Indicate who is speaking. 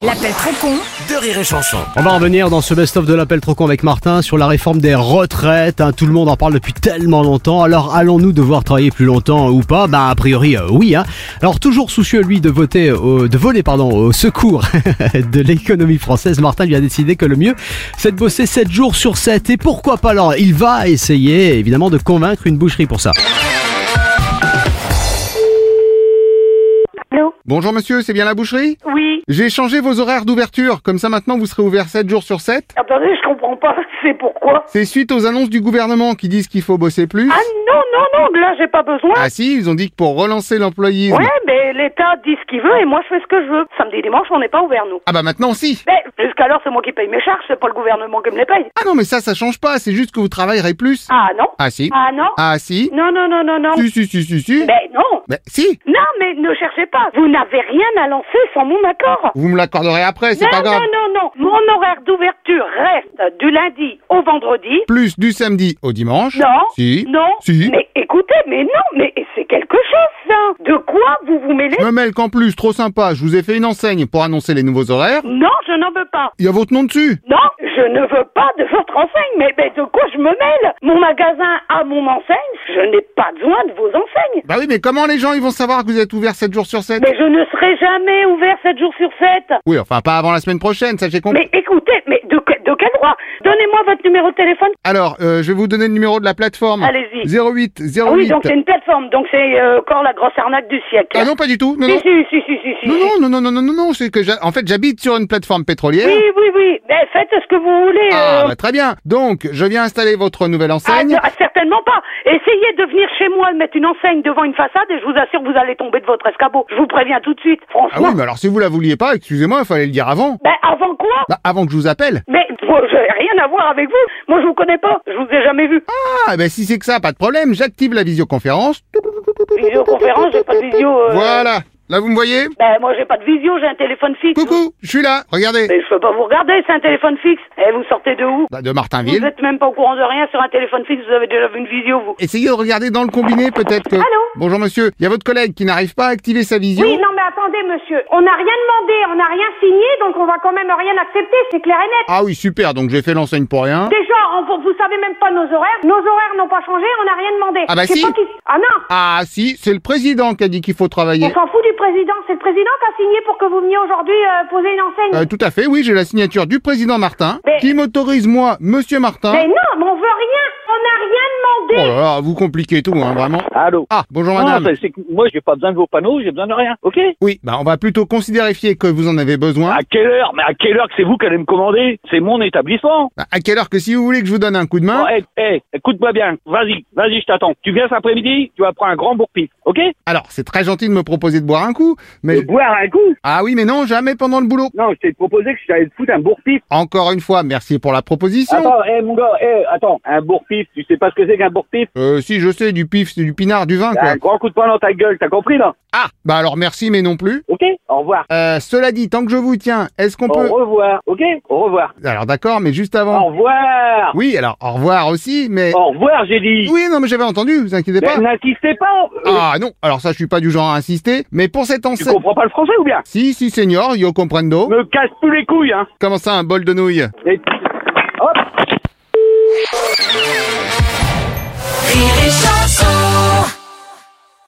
Speaker 1: L'appel très con
Speaker 2: De Rire et Chanson.
Speaker 3: On va revenir dans ce best-of de l'appel trop con avec Martin sur la réforme des retraites. hein. tout le monde en parle depuis tellement longtemps. Alors allons-nous devoir travailler plus longtemps ou pas Bah a priori euh, oui. hein. Alors toujours soucieux lui de voter, au- de voler pardon, au secours de l'économie française, Martin lui a décidé que le mieux c'est de bosser 7 jours sur 7. Et pourquoi pas alors Il va essayer évidemment de convaincre une boucherie pour ça.
Speaker 4: Allô
Speaker 5: Bonjour monsieur, c'est bien la boucherie
Speaker 4: Oui.
Speaker 5: J'ai changé vos horaires d'ouverture, comme ça maintenant vous serez ouvert 7 jours sur 7.
Speaker 4: Attendez, je comprends pas. C'est pourquoi
Speaker 5: C'est suite aux annonces du gouvernement qui disent qu'il faut bosser plus.
Speaker 4: Ah non, non, non, là j'ai pas besoin.
Speaker 5: Ah si, ils ont dit que pour relancer l'employisme.
Speaker 4: ouais, mais l'État dit ce qu'il veut et moi je fais ce que je veux. Samedi, dimanche, on n'est pas ouvert nous.
Speaker 5: Ah bah maintenant si
Speaker 4: Mais jusqu'alors, c'est moi qui paye mes charges, c'est pas le gouvernement qui me les paye.
Speaker 5: Ah non mais ça, ça change pas, c'est juste que vous travaillerez plus.
Speaker 4: Ah non.
Speaker 5: Ah si.
Speaker 4: Ah non.
Speaker 5: Ah si.
Speaker 4: Non, non, non, non, non.
Speaker 5: Si, si, si, si, si.
Speaker 4: Mais non.
Speaker 5: Bah si,
Speaker 4: Non, mais ne cherchez pas. Vous n'avez rien à lancer sans mon accord.
Speaker 5: vous me l'accorderez après, c'est
Speaker 4: non,
Speaker 5: pas grave.
Speaker 4: non, non, non. Mon horaire d'ouverture reste du lundi au vendredi.
Speaker 5: Plus du samedi au dimanche.
Speaker 4: Non.
Speaker 5: Si.
Speaker 4: Non.
Speaker 5: Si.
Speaker 4: Mais écoutez, mais non, mais c'est quelque chose, ça. De quoi vous vous mêlez
Speaker 5: Je me mêle qu'en plus, trop sympa, je vous ai fait une enseigne pour annoncer les nouveaux horaires.
Speaker 4: Non, je n'en veux pas.
Speaker 5: Il y a votre nom dessus.
Speaker 4: Non, je ne veux pas de votre enseigne. Mais, mais de quoi je me mêle Mon magasin a mon enseigne. Je n'ai pas besoin de vos enseignes.
Speaker 5: Bah oui, mais comment les gens ils vont savoir que vous êtes ouvert 7 jours sur 7
Speaker 4: Mais je ne serai jamais ouvert 7 jours sur 7.
Speaker 5: Oui, enfin pas avant la semaine prochaine, ça j'ai compris.
Speaker 4: Mais écoutez, mais de, que- de quel droit Donnez-moi votre numéro de téléphone.
Speaker 5: Alors, euh, je vais vous donner le numéro de la plateforme.
Speaker 4: Allez-y.
Speaker 5: 08 08.
Speaker 4: Ah oui, donc c'est une plateforme. Donc c'est euh, encore la grosse arnaque du siècle.
Speaker 5: Ah non, pas du tout. Non,
Speaker 4: si,
Speaker 5: non.
Speaker 4: si, si, si, si, si.
Speaker 5: Non, non, non, non, non, non, non, c'est que j'a- en fait j'habite sur une plateforme pétrolière.
Speaker 4: Oui, oui, oui. Mais faites ce que vous voulez.
Speaker 5: Ah,
Speaker 4: euh,
Speaker 5: bah, très bien. Donc, je viens installer votre nouvelle
Speaker 4: Ah,
Speaker 5: enseigne.
Speaker 4: non, ah, certainement pas. Essayez de venir chez moi mettre une enseigne devant une façade et je vous assure que vous allez tomber de votre escabeau. Je vous préviens tout de suite.
Speaker 5: Ah
Speaker 4: Franchement.
Speaker 5: oui, mais alors si vous la vouliez pas, excusez-moi, il fallait le dire avant.
Speaker 4: Ben avant quoi
Speaker 5: Bah, avant que je vous appelle.
Speaker 4: Mais moi, je n'ai rien à voir avec vous. Moi, je vous connais pas. Je vous ai jamais vu.
Speaker 5: Ah, bah si c'est que ça, pas de problème, j'active la visioconférence.
Speaker 4: Visioconférence, j'ai pas de visio. euh,
Speaker 5: Voilà. Là, vous me voyez
Speaker 4: Ben moi, j'ai pas de visio. J'ai un téléphone fixe.
Speaker 5: Coucou, je suis là. Regardez.
Speaker 4: Mais je peux pas vous regarder. C'est un téléphone fixe. Et vous sortez de où
Speaker 5: Bah, de
Speaker 4: Vous
Speaker 5: Martinville.
Speaker 4: êtes même pas au courant de rien sur un téléphone fixe. Vous avez déjà vu une visio, vous
Speaker 5: Essayez de regarder dans le combiné, peut-être que...
Speaker 4: Allô
Speaker 5: Bonjour, monsieur. Il y a votre collègue qui n'arrive pas à activer sa vision.
Speaker 6: Oui, non, mais attendez, monsieur. On n'a rien demandé, on n'a rien signé, donc on va quand même rien accepter, c'est clair et net.
Speaker 5: Ah oui, super, donc j'ai fait l'enseigne pour rien.
Speaker 6: Déjà, on- vous savez même pas nos horaires. Nos horaires n'ont pas changé, on n'a rien demandé.
Speaker 5: Ah bah
Speaker 6: Je sais
Speaker 5: si.
Speaker 6: pas qui- Ah non
Speaker 5: Ah si, c'est le président qui a dit qu'il faut
Speaker 6: On
Speaker 5: travailler.
Speaker 6: s'en fout du président. C'est le président qui a signé pour que vous veniez aujourd'hui euh, poser une enseigne.
Speaker 5: Euh, tout à fait, oui, j'ai la signature du président Martin,
Speaker 6: Mais-
Speaker 5: qui m'autorise, moi, monsieur Martin.
Speaker 6: Mais non, mais on veut rien. On n'a rien demandé.
Speaker 5: Oh là là, vous compliquez tout, hein, vraiment.
Speaker 7: Allô
Speaker 5: Ah, bonjour
Speaker 7: Non,
Speaker 5: madame.
Speaker 7: c'est- c'est que moi, j'ai pas besoin de vos panneaux, j'ai besoin de rien, ok
Speaker 5: Oui, bah on va plutôt considérer que vous en avez besoin.
Speaker 7: À quelle heure Mais à quelle heure que c'est vous qui allez me commander C'est mon établissement
Speaker 5: Bah, À quelle heure que si vous voulez que je vous donne un coup de main
Speaker 7: Bon, hey, hey, écoute-moi bien, vas-y, vas-y, je t'attends. Tu viens cet après-midi, tu vas prendre un grand bourpif, ok
Speaker 5: Alors, c'est très gentil de me proposer de boire un coup, mais...
Speaker 7: Et boire un coup
Speaker 5: Ah oui, mais non, jamais pendant le boulot.
Speaker 7: Non, je t'ai proposé que je t'allais te foutre un bourpif.
Speaker 5: Encore une fois, merci pour la proposition.
Speaker 7: Attends, hey, mon gars, hey, attends, un bourpif, tu sais pas ce que c'est qu'un bourpif
Speaker 5: Euh, si, je sais, du pif, c'est du pinard, du vin, quoi.
Speaker 7: Bah, Un grand coup de poing dans ta gueule, t'as compris, là
Speaker 5: Ah, bah alors merci, mais non plus.
Speaker 7: Ok Au revoir.
Speaker 5: Euh, cela dit, tant que je vous tiens, est-ce qu'on
Speaker 7: Au
Speaker 5: peut...
Speaker 7: revoir, ok Au revoir.
Speaker 5: Alors d'accord, mais juste
Speaker 7: Au
Speaker 5: avant.
Speaker 7: revoir
Speaker 5: Oui, alors au revoir aussi, mais...
Speaker 7: Au revoir, j'ai dit
Speaker 5: Oui, non, mais j'avais entendu, vous inquiétez
Speaker 7: Mais
Speaker 5: pas.
Speaker 7: N'insistez pas euh,
Speaker 5: Ah non, alors ça, je suis pas du genre à insister, mais pour cette
Speaker 7: Tu
Speaker 5: enseigne...
Speaker 7: comprends pas le français ou bien
Speaker 5: Si, si, senior, yo comprendo.
Speaker 7: Me casse plus les couilles, hein
Speaker 5: Comment ça, un bol de nouilles
Speaker 7: Et- Hop